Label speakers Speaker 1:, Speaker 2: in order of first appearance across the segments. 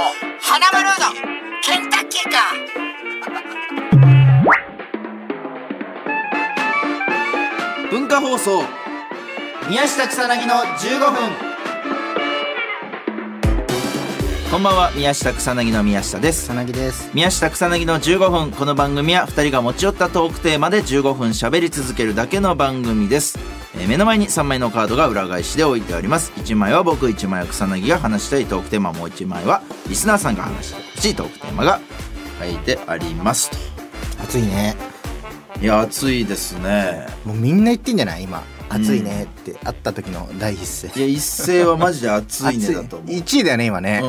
Speaker 1: ラムルードケンタッキーか
Speaker 2: 文化放送
Speaker 3: 宮下草薙の15分
Speaker 2: こんばんは宮下草薙の宮下です
Speaker 3: 草薙です
Speaker 2: 宮下草薙の15分この番組は2人が持ち寄ったトークテーマで15分喋り続けるだけの番組です、えー目の前に3枚のカードが裏返しで置いてあります1枚は僕1枚は草薙が話したいトークテーマもう1枚はリスナーさんが話してほしいトークテーマが書いてありますと
Speaker 3: 暑いね
Speaker 2: いや暑いですね
Speaker 3: もうみんな言ってんじゃない今暑いねって会った時の第一
Speaker 2: い
Speaker 3: 声
Speaker 2: や一斉はマジで暑いねだと思う
Speaker 3: 1位だよね今ね、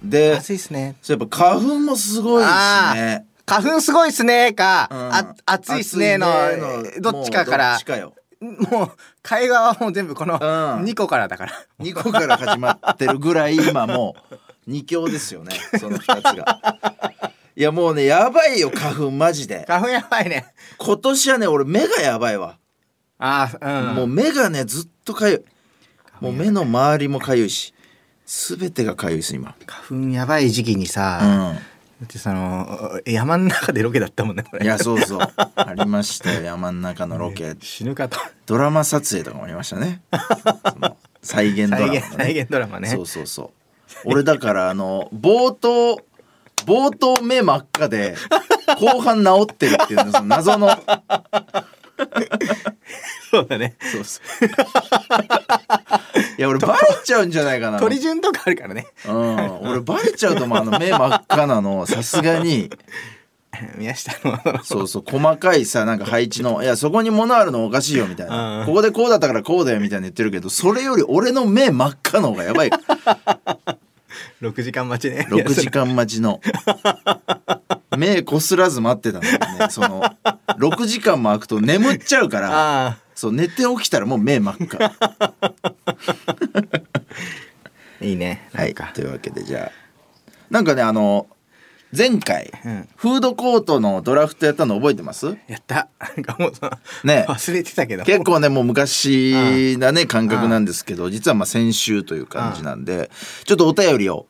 Speaker 2: うんで
Speaker 3: 暑いっすね
Speaker 2: そうやっぱ花粉もすごいですね
Speaker 3: 花粉すごいっすねか、
Speaker 2: うん
Speaker 3: あ暑いっすねの
Speaker 2: 暑いねの
Speaker 3: どっちかから
Speaker 2: もうどっちかよ
Speaker 3: もう会話はもう全部この
Speaker 2: うん
Speaker 3: 2個からだから、
Speaker 2: 2個から始まってるぐらい今もう2強です よねその2つがいやもうねやばいよ花粉マジで
Speaker 3: 花粉やばいね
Speaker 2: 今年はね俺目がやばいわ、
Speaker 3: あーうん
Speaker 2: もう目がねずっとかゆいもう目の周りもかゆいし全てがかゆいです今
Speaker 3: 花粉やばい時期にさ、
Speaker 2: う
Speaker 3: だってその山の中でロケだったもんねこ
Speaker 2: んい
Speaker 3: れ
Speaker 2: やそうそうありましたよ山の中のロケ
Speaker 3: 死ぬかと
Speaker 2: ドラマ撮影とかもありましたねその再現ドラマ、
Speaker 3: 再
Speaker 2: ね
Speaker 3: 現、再現ドラマね
Speaker 2: そうそうそう俺だからあの冒頭冒頭目真っ赤で後半治ってるっていうのその謎の
Speaker 3: そうだね
Speaker 2: そうそういや俺バレちゃうんじゃないかな
Speaker 3: 鳥順とかあるからね
Speaker 2: うん、俺バレちゃうと思うあの目真っ赤なのさすがに
Speaker 3: 宮下のその
Speaker 2: そ うそう細かいさなんか配置の「いやそこに物あるのおかしいよ」みたい
Speaker 3: うんう
Speaker 2: なん「ここでこうだったからこうだよ」みたいな言ってるけどそれより俺の目真っ赤の方がやばい
Speaker 3: 6時間待ちね
Speaker 2: 6時間待ち の目こすらず待ってたんだけどねその6時間も空くと眠っちゃうから
Speaker 3: あ
Speaker 2: そう寝て起きたらもう目真っ 赤
Speaker 3: あいいね
Speaker 2: は
Speaker 3: なん
Speaker 2: い
Speaker 3: か、
Speaker 2: というわけでじゃあなんかねあの前回、
Speaker 3: うん
Speaker 2: フードコートのドラフトやったの覚えてます
Speaker 3: やったなんかもうその
Speaker 2: ね
Speaker 3: 忘れてたけど
Speaker 2: 結構ねもう昔なね感覚なんですけど実はまあ先週という感じなんでちょっとお便りを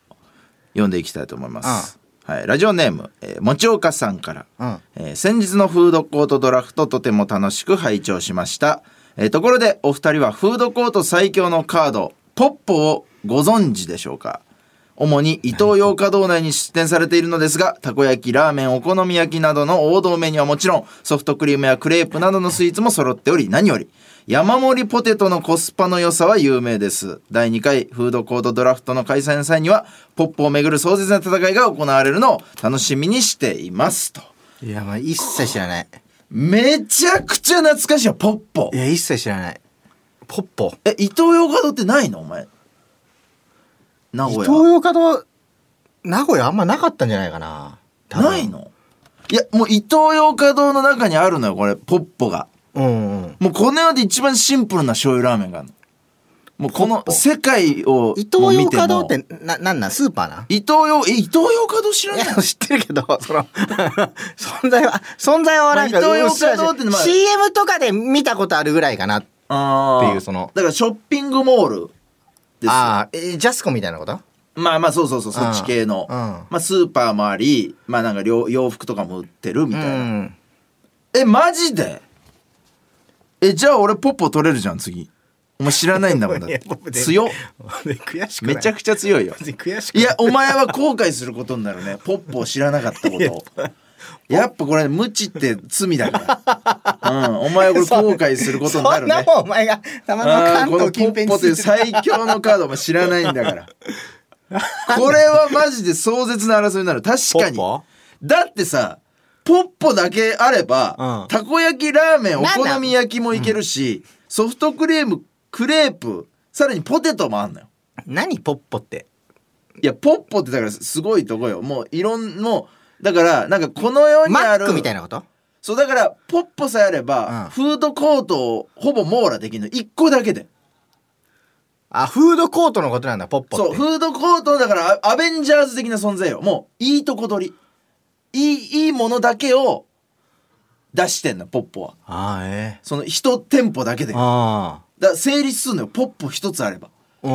Speaker 2: 読んでいきたいと思います。はい、ラジオネーム、えー、持岡さんから、
Speaker 3: うん
Speaker 2: えー先日のフードコートドラフトとても楽しく拝聴しました、えーところでお二人はフードコート最強のカードポッポをご存知でしょうか主に伊東洋華堂内に出店されているのですがたこ焼きラーメンお好み焼きなどの王道メニューはもちろんソフトクリームやクレープなどのスイーツも揃っており何より山盛りポテトのコスパの良さは有名です第2回フードコートドラフトの開催の際にはポップをめぐる壮絶な戦いが行われるのを楽しみにしていますと
Speaker 3: いやまあ一切知らない
Speaker 2: めちゃくちゃ懐かしいよポッポ
Speaker 3: いや一切知らないポッポ
Speaker 2: え伊東洋華堂ってないのお前名
Speaker 3: 伊
Speaker 2: 古
Speaker 3: 東
Speaker 2: 屋
Speaker 3: 洋華堂名古屋あんまなかったんじゃないかな多分
Speaker 2: ないのいやもう伊東洋華堂の中にあるのよこれポッポが
Speaker 3: うんうん
Speaker 2: もうこの世で一番シンプルな醤油ラーメンがあるのもうこ
Speaker 3: ポッ
Speaker 2: の
Speaker 3: ポ
Speaker 2: 世界を
Speaker 3: 伊東洋華
Speaker 2: も
Speaker 3: 堂
Speaker 2: う
Speaker 3: っ
Speaker 2: 見
Speaker 3: て
Speaker 2: も
Speaker 3: ななんなんスーパーな
Speaker 2: 伊東洋え伊東洋華堂知ら
Speaker 3: い
Speaker 2: な い
Speaker 3: や知ってるけどその 存在は存在はなんか、
Speaker 2: まあ伊
Speaker 3: うっ
Speaker 2: 東
Speaker 3: すら
Speaker 2: 洋華堂ってのは
Speaker 3: CM とかで見たことあるぐらいかな
Speaker 2: あー
Speaker 3: っていうその
Speaker 2: だからショッピングモールです
Speaker 3: ああえージャスコみたいなこと
Speaker 2: まあまあそうそうそうそっち系の、
Speaker 3: うん
Speaker 2: まあ、スーパーもありまあなんか洋洋服とかも売ってるみ
Speaker 3: う
Speaker 2: たいな、
Speaker 3: ん
Speaker 2: えマジでえじゃあ俺ポッポ取れるじゃん次お前知らないんだもんだっ
Speaker 3: いや
Speaker 2: て
Speaker 3: ポッポで
Speaker 2: 強っ
Speaker 3: 悔しくない
Speaker 2: めちゃくちゃ強いよ
Speaker 3: 別に悔 しくない
Speaker 2: いやお前は後悔することになるねポッポを知らなかったことをやっぱこれ無知って罪だから、うん、お前はこれ後悔することになる
Speaker 3: そ
Speaker 2: ね
Speaker 3: んなもんお前がたまたま
Speaker 2: あ
Speaker 3: 関
Speaker 2: ーこのポ
Speaker 3: 東近辺
Speaker 2: ッ
Speaker 3: に
Speaker 2: ポとい
Speaker 3: 住ん
Speaker 2: う
Speaker 3: でる
Speaker 2: 最強のカードお前知らないんだからこれはマジで壮絶な争いになる確かに
Speaker 3: ポッポ
Speaker 2: だってさポッポだけあれば、
Speaker 3: うん
Speaker 2: たこ焼きラーメンお
Speaker 3: なんだ
Speaker 2: 好み焼きもいけるし、ソフトクリームクレープさらにポテトもあんのよ
Speaker 3: 何ポッポって
Speaker 2: いやポッポってだからすごいとこよもういろんもうだからなんかこの世に
Speaker 3: マ
Speaker 2: あ
Speaker 3: ッ
Speaker 2: る
Speaker 3: クみたいなこと
Speaker 2: そうだからポッポさえあれば、
Speaker 3: うん
Speaker 2: フードコートをほぼ網羅できるの1個だけで
Speaker 3: あフードコートのことなんだポッポって
Speaker 2: そうフードコートのだからアアベンジャーズ的な存在よもういいとこ取りいいいいものだけを出してんのポッポは
Speaker 3: ああえ
Speaker 2: その一店舗だけで
Speaker 3: え
Speaker 2: だか
Speaker 3: あ
Speaker 2: ら成立するのよポッポ一つあれば
Speaker 3: あう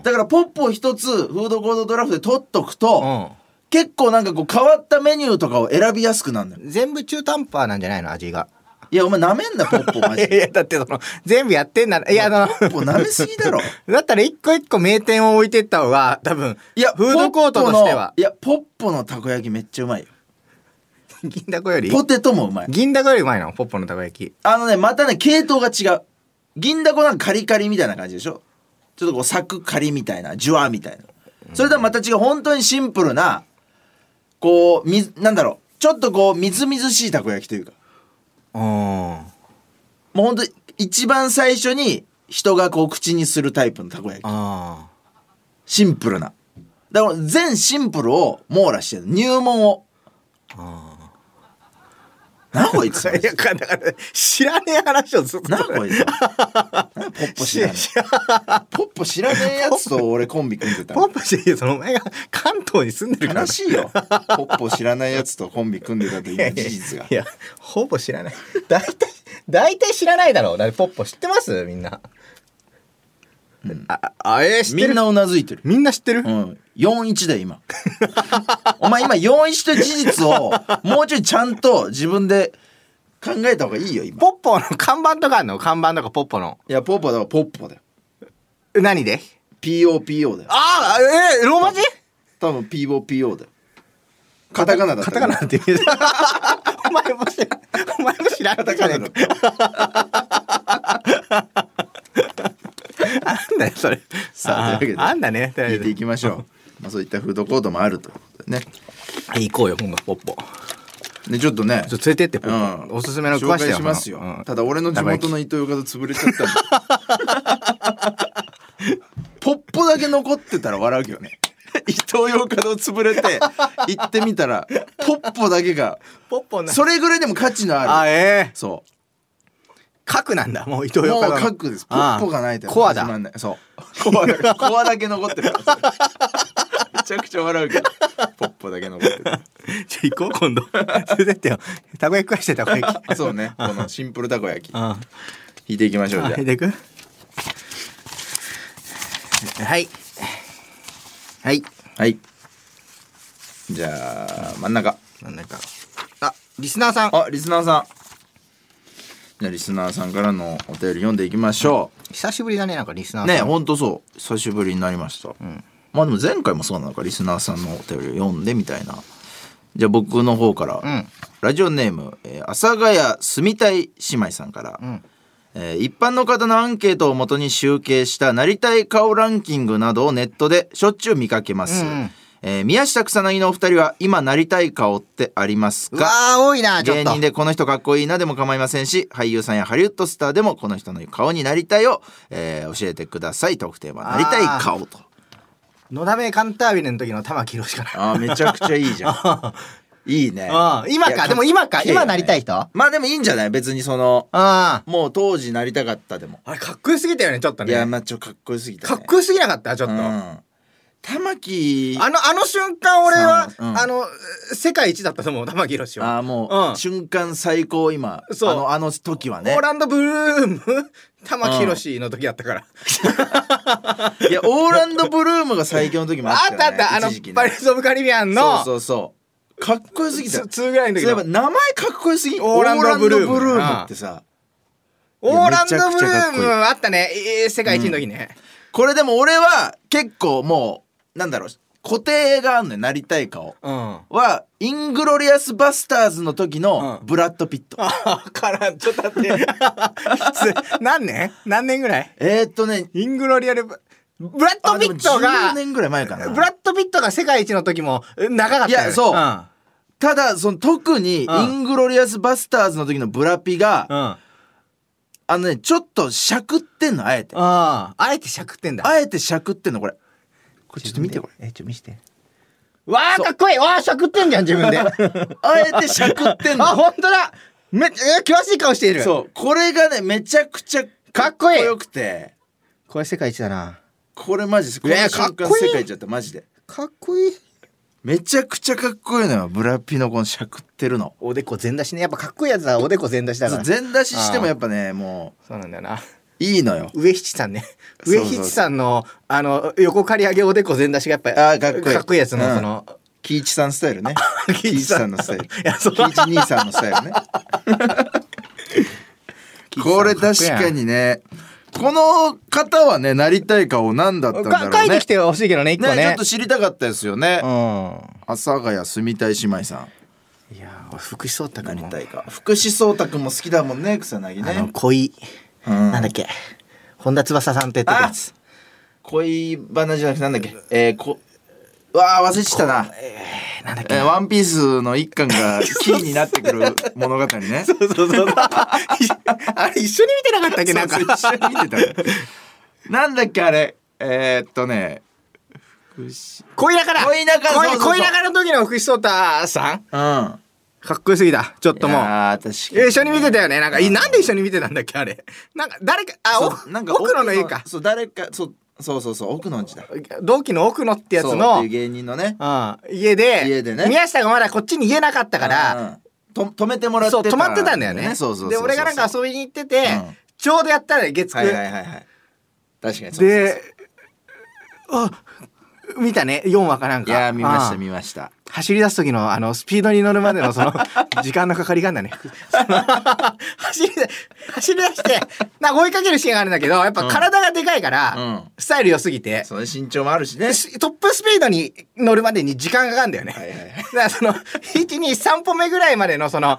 Speaker 3: ん
Speaker 2: だからポッポ一つフードコートドラフトで取っとくと、
Speaker 3: うん
Speaker 2: 結構なんかこう変わったメニューとかを選びやすくなるのよ
Speaker 3: 全部中途半端なんじゃないの味が。
Speaker 2: いやお前なめんなポッポマ
Speaker 3: い
Speaker 2: ジ
Speaker 3: やい
Speaker 2: で
Speaker 3: やだってその全部やってんならいやあの
Speaker 2: ポッポなめすぎだろ
Speaker 3: だったら一個一個名店を置いてった方が多分
Speaker 2: いや
Speaker 3: フードコートとして
Speaker 2: ポッポの
Speaker 3: は
Speaker 2: いやポッポのたこ焼きめっちゃうまいよ
Speaker 3: 銀だこより
Speaker 2: ポテトもうまい
Speaker 3: 銀だこよりうまいのポッポのたこ焼き
Speaker 2: あのねまたね系統が違う銀だこなんかカリカリみたいな感じでしょちょっとこうサクカリみたいなジュワみたいなそれとはまた違う本当にシンプルなこうみなんだろうちょっとこうみずみずしいたこ焼きというか
Speaker 3: うん
Speaker 2: もう本当に一番最初に人がこう口にするタイプのたこ焼き
Speaker 3: あ
Speaker 2: シンプルなだから全シンプルを網羅してる入門をなこいつ
Speaker 3: いやだから知らねえ話をずっと
Speaker 2: なこいつなんでポッポ知らね
Speaker 3: し
Speaker 2: えポッポ知らねえやつと俺コンビ組んでたの
Speaker 3: ポッポしてそのお前が関東に住んでるから
Speaker 2: 悲しいよポッポ知らないやつとコンビ組んでたという事実が
Speaker 3: いやほぼ知らない大体大体知らないだろうだってポッポ知ってますみんな、ああえー、知って
Speaker 2: み
Speaker 3: る
Speaker 2: んなうなずいてる
Speaker 3: みんな知ってる、
Speaker 2: うん41だよ今 お前今41という事実をもうちょいちゃんと自分で考えた方がいいよ今
Speaker 3: ポッポの看板とかあんの看板とかポッポの
Speaker 2: いやポッポだからポッポだよ
Speaker 3: 何で
Speaker 2: POPO だよ
Speaker 3: ああえー、ローマ字
Speaker 2: 多分 POPO だよカタカナだった
Speaker 3: カタカナって言う お前も知らお前も知らん
Speaker 2: カ
Speaker 3: か
Speaker 2: タ
Speaker 3: じゃ
Speaker 2: カ
Speaker 3: ねえ
Speaker 2: ナ
Speaker 3: か
Speaker 2: だった
Speaker 3: なんだよそれ
Speaker 2: さあ
Speaker 3: ー
Speaker 2: というわけで
Speaker 3: あんだねとりあ
Speaker 2: 聞
Speaker 3: え
Speaker 2: い
Speaker 3: ず
Speaker 2: ていきましょうまあそういったフードコートもあるということでね
Speaker 3: 行こうよ今度ポッポちょ
Speaker 2: でちょっとね
Speaker 3: っと連れてってポ
Speaker 2: う
Speaker 3: ッ
Speaker 2: ん
Speaker 3: ポ、おすすめの食わしてよ
Speaker 2: 紹介しますよ、
Speaker 3: うん
Speaker 2: ただ俺の地元の伊藤洋華堂潰れちゃったん でポッポだけ残ってたら笑うけどね伊藤洋華堂潰れて行ってみたらポッポだけが
Speaker 3: ポッポな
Speaker 2: それぐらいでも価値のあ
Speaker 3: あ
Speaker 2: る
Speaker 3: ええ
Speaker 2: そ
Speaker 3: 核なんだもう伊藤
Speaker 2: う
Speaker 3: 洋
Speaker 2: もう
Speaker 3: 華堂の
Speaker 2: 核ですポ
Speaker 3: あ
Speaker 2: ッ
Speaker 3: あ
Speaker 2: ポがないと
Speaker 3: コアだ
Speaker 2: 始まんないそうコアだコアだけ残ってるからそれめちゃくちゃ笑うけどポッポだけ残ってる
Speaker 3: じゃあ行こう今度 連れてってよたこ焼き食わしてたこ焼き
Speaker 2: そうねこのシンプルたこ焼き
Speaker 3: うんあ
Speaker 2: 引いていきましょうじゃ
Speaker 3: 入れていくはいはい
Speaker 2: あはいじゃあ真ん中
Speaker 3: なんだかあリスナーさん
Speaker 2: あ、リスナーさん。じゃあリスナーさんからのお便り読んでいきましょ
Speaker 3: 久しぶりだねなんかリスナ
Speaker 2: う。
Speaker 3: ーさん
Speaker 2: ね、ほんとそう。久しぶりになりました。まあでも前回もそうなのか、リスナーさんのお便りを読んでみたいな。じゃあ僕の方から、
Speaker 3: うん
Speaker 2: ラジオネーム、えー阿佐ヶ谷住みたい姉妹さんから、
Speaker 3: ん
Speaker 2: えー一般の方のアンケートをもとに集計したなりたい顔ランキングなどをネットでしょっちゅう見かけます。
Speaker 3: うんうん
Speaker 2: えー宮下草薙のお二人は今なりたい顔ってあります
Speaker 3: う
Speaker 2: か
Speaker 3: わー多いなちょっ
Speaker 2: 芸
Speaker 3: と
Speaker 2: 人でこの人かっこいいなでも構いませんし俳優さんやハリウッドスターでもこの人の顔になりたいを、えー教えてください特定はなりたい顔と
Speaker 3: のだめカンタービレの時の玉木宏しかない
Speaker 2: あーめちゃくちゃいいじゃん いいね
Speaker 3: うん今か
Speaker 2: いや
Speaker 3: でも今か
Speaker 2: っけえよね
Speaker 3: 今なりたい人
Speaker 2: まあでもいいんじゃない別にその
Speaker 3: ああ
Speaker 2: もう当時なりたかったでも、
Speaker 3: あれかっこよすぎたよねちょっと
Speaker 2: い
Speaker 3: ね
Speaker 2: やまあちょかっこよすぎた、
Speaker 3: か
Speaker 2: ね、
Speaker 3: っこよすぎなかったちょっと、
Speaker 2: うん玉木
Speaker 3: あの、あの瞬間俺は、
Speaker 2: そううん
Speaker 3: あの、世界一だったと思う、玉木宏は。
Speaker 2: あーもう、
Speaker 3: うん
Speaker 2: 瞬間最高今
Speaker 3: そう
Speaker 2: あのあの時は
Speaker 3: オ
Speaker 2: ね
Speaker 3: ーランドブルーム、 玉木宏の時だったから。
Speaker 2: いやオーランドブルームが最強の時もあっ
Speaker 3: あっ
Speaker 2: よ、
Speaker 3: たたあっ
Speaker 2: ね、
Speaker 3: た、あの
Speaker 2: 一時期、ね
Speaker 3: パレス・オブ・カリビアン
Speaker 2: そ
Speaker 3: の、
Speaker 2: うそうそうかっこよすぎた
Speaker 3: ツーぐらいの時
Speaker 2: そういえば
Speaker 3: の。
Speaker 2: 名前かっこよすぎ
Speaker 3: オーランドブルーム
Speaker 2: オランドブムってさ
Speaker 3: オーランドブル
Speaker 2: いやめちゃくちゃかっ
Speaker 3: ー
Speaker 2: こいい
Speaker 3: ムあったね、えー世界一の時ね。
Speaker 2: これでも俺は結構もうなんだろう固定があんのよなりたい顔
Speaker 3: うん。あ
Speaker 2: はイングロリアスバスターズの時の
Speaker 3: うん
Speaker 2: ブラッド・ピット、
Speaker 3: あ、からん、ちょっと待って。 きつい何年何年ぐらい
Speaker 2: えー、っとね
Speaker 3: イングロリアルブ、ブラッド・
Speaker 2: あ
Speaker 3: ピ
Speaker 2: でも
Speaker 3: ットが
Speaker 2: 10、年ぐらい前かな
Speaker 3: ブラッド・ピットが世界一の時もえ長かったよね
Speaker 2: いやそうんただその特にイ
Speaker 3: うん
Speaker 2: ングロリアスバスターズの時のブラピが、
Speaker 3: うん。あ
Speaker 2: あのねちょっとしゃくってんのあえて
Speaker 3: あ、あえてしゃくってんだ。
Speaker 2: あえてしゃくってんのこれこれちょっと見てこれ
Speaker 3: え、ちょ、見して。わあ、かっこいいわあ、しゃくってんじゃん、自 分で。あ、
Speaker 2: あえてしゃくってんの
Speaker 3: ほんとだめえ、険しい顔している。
Speaker 2: そうこれがねめちゃくちゃ
Speaker 3: かっこいい
Speaker 2: よくて
Speaker 3: これ世界一だな。
Speaker 2: これマジですこ
Speaker 3: いやい
Speaker 2: の
Speaker 3: や
Speaker 2: 瞬
Speaker 3: か
Speaker 2: 間
Speaker 3: っこいい
Speaker 2: 世界一だったマジで
Speaker 3: かっこいい。
Speaker 2: めちゃくちゃかっこいいのよブラピのこのしゃくってるの
Speaker 3: おでこ全出しね。やっぱかっこいいやつはおでこ全出しだから。
Speaker 2: 全出ししてもやっぱねも
Speaker 3: そうなんだよな。
Speaker 2: ういいのよ
Speaker 3: 上七さんね。
Speaker 2: そう
Speaker 3: 上
Speaker 2: そう
Speaker 3: 七さんの、あの、横刈り上げおでこ全出しがやっぱり、
Speaker 2: あーかっこいい
Speaker 3: やつの、
Speaker 2: うん
Speaker 3: その、
Speaker 2: 喜一さんスタイルね
Speaker 3: 喜
Speaker 2: 喜
Speaker 3: 一
Speaker 2: 一
Speaker 3: さ
Speaker 2: さ
Speaker 3: ん
Speaker 2: んのスタイル
Speaker 3: いやそう
Speaker 2: 喜一兄さんのスタイ ルねこれ確かにねこの方はねなりたい顔なんだったんだろう
Speaker 3: か書い
Speaker 2: ね
Speaker 3: てきてほしいけどね一個
Speaker 2: ね
Speaker 3: ね
Speaker 2: ちょっと知りたかったですよね、
Speaker 3: う
Speaker 2: 阿佐ヶ谷住みたい姉妹さん
Speaker 3: んいや俺福士蒼太
Speaker 2: な
Speaker 3: 君
Speaker 2: り
Speaker 3: も
Speaker 2: たいか福士蒼太君も好きだもんね草薙
Speaker 3: あの
Speaker 2: ね
Speaker 3: 恋、
Speaker 2: うん
Speaker 3: なんだっけ本田翼さんってやってたやつ
Speaker 2: 恋バナじゃなくてなんだっけえー、こうわあ忘れてたな
Speaker 3: えなんだっけ
Speaker 2: えーワンピースの一巻がキーになってくる物語ね。 そう
Speaker 3: そうそうそうあれ一緒に見てなかったっけなんか
Speaker 2: そう一緒に見てたね。なんだっけあれ。えー、っとね。福士
Speaker 3: 恋だから
Speaker 2: 恋だから
Speaker 3: 恋
Speaker 2: そうそうそう
Speaker 3: 恋だからの時の福士蒼太さん
Speaker 2: うん。あ
Speaker 3: かっこよすぎだちょっともう
Speaker 2: あ確かに。
Speaker 3: 一緒に見てたよねなんかいなんで一緒に見てたんだっけあれなんか誰かあ
Speaker 2: そう
Speaker 3: お奥野の家か
Speaker 2: そう誰かそうそうそうそう奥の家だ。っ
Speaker 3: 同期の奥野ってやつ
Speaker 2: っ
Speaker 3: の
Speaker 2: ていう芸人のね。
Speaker 3: ああ家で
Speaker 2: 家でね
Speaker 3: 宮下がまだこっちに言えなかったから、
Speaker 2: うんと止めてもらって
Speaker 3: そう止まってたんだよね
Speaker 2: そうそうそうそう。
Speaker 3: で俺がなんか遊びに行ってて、
Speaker 2: うん
Speaker 3: ちょうどやったら月9、
Speaker 2: はいはいはいはい。確かにそうそうそう。
Speaker 3: であ見たね4話かなん
Speaker 2: い
Speaker 3: か
Speaker 2: やー見まし
Speaker 3: ああ
Speaker 2: た見ました。
Speaker 3: 走り出す時のあのスピードに乗るまでの その時間のかかりがあんだねその走り出走り出してなんか追いかけるシーンがあるんだけどやっぱ体がでかいから、
Speaker 2: うん
Speaker 3: スタイル良すぎて、
Speaker 2: その身長もあるしね。
Speaker 3: しトップスピードに乗るまでに時間がかかるんだよね、
Speaker 2: はいはいはい
Speaker 3: だからその123歩目ぐらいまでのその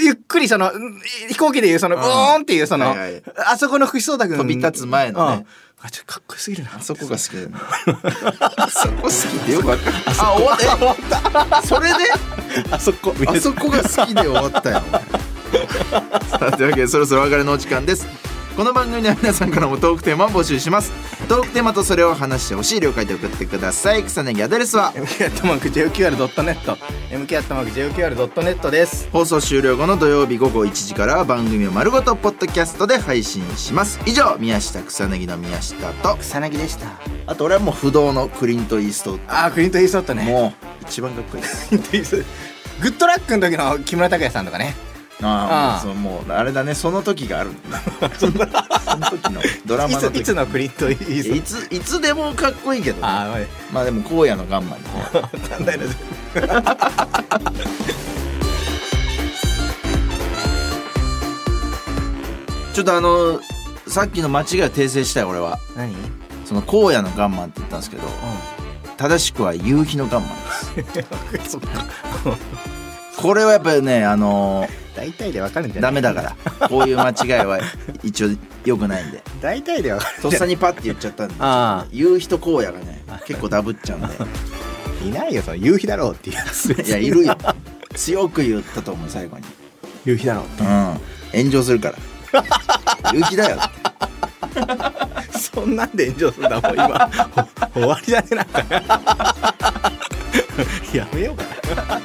Speaker 3: ゆゆっくりそのうん飛行機でいうその
Speaker 2: う
Speaker 3: うんーんっていうその、
Speaker 2: はいはい
Speaker 3: あそこの福士蒼太君
Speaker 2: 飛び立つ前のね
Speaker 3: うんあちょっとかっこよすぎるな
Speaker 2: あそこ が好きだよね。あそこ好きってよくわかんない。あ、終わった。終わった。 それで、
Speaker 3: あそこ
Speaker 2: あそこが好きで終わったよ。さあ、というわけで、そろそろお別れのお時間です。この番組では皆さんからもトークテーマを募集します。トークテーマとそれを話してほしい了解で送ってください。草薙アドレスは
Speaker 3: MK アットマーク JOQR.net MK アットマーク JOQR.net です
Speaker 2: 放送終了後の土曜日午後1時からは番組を丸ごとポッドキャストで配信します。以上、宮下草薙の宮下と、
Speaker 3: 草薙でした
Speaker 2: あと俺はもう不動のクリント・イーストウッド
Speaker 3: あークリント・イーストウッド ね
Speaker 2: もう一番かっこいいです。
Speaker 3: クリント・イーストウッドグッドラックの時の木村拓哉さんとかね
Speaker 2: あ
Speaker 3: あ
Speaker 2: あもうそうもうあれだねその時があるんだその時のドラ
Speaker 3: い
Speaker 2: マの
Speaker 3: つ
Speaker 2: 時
Speaker 3: いつのクリント・イーストウッ
Speaker 2: いついつでもかっこいいけどね、
Speaker 3: ドああ
Speaker 2: まあでも荒野のガンマンね
Speaker 3: 分かんないな
Speaker 2: ちょっとあのさっきの間違いを訂正したい俺は
Speaker 3: 何うん
Speaker 2: その荒野のガンマンって言ったんですけど正しくは夕日のガンマンです
Speaker 3: そっか
Speaker 2: これはやっぱりねあの
Speaker 3: 大体でわかるんじゃな
Speaker 2: ダ
Speaker 3: い
Speaker 2: メだからこういう間違いは一応良くないんで
Speaker 3: 大体でわか る
Speaker 2: とっさにパッて言っちゃったんで
Speaker 3: あ
Speaker 2: 夕日と荒野がね結構ダブっちゃうんで
Speaker 3: あいないよその夕日だろうっていうやつ
Speaker 2: いやいるよ強く言ったと思う最後に
Speaker 3: 夕日だろう
Speaker 2: うん、炎上するから 夕日だよ
Speaker 3: そんなんで炎上するんだもう 今終わりだねなんかやめようかな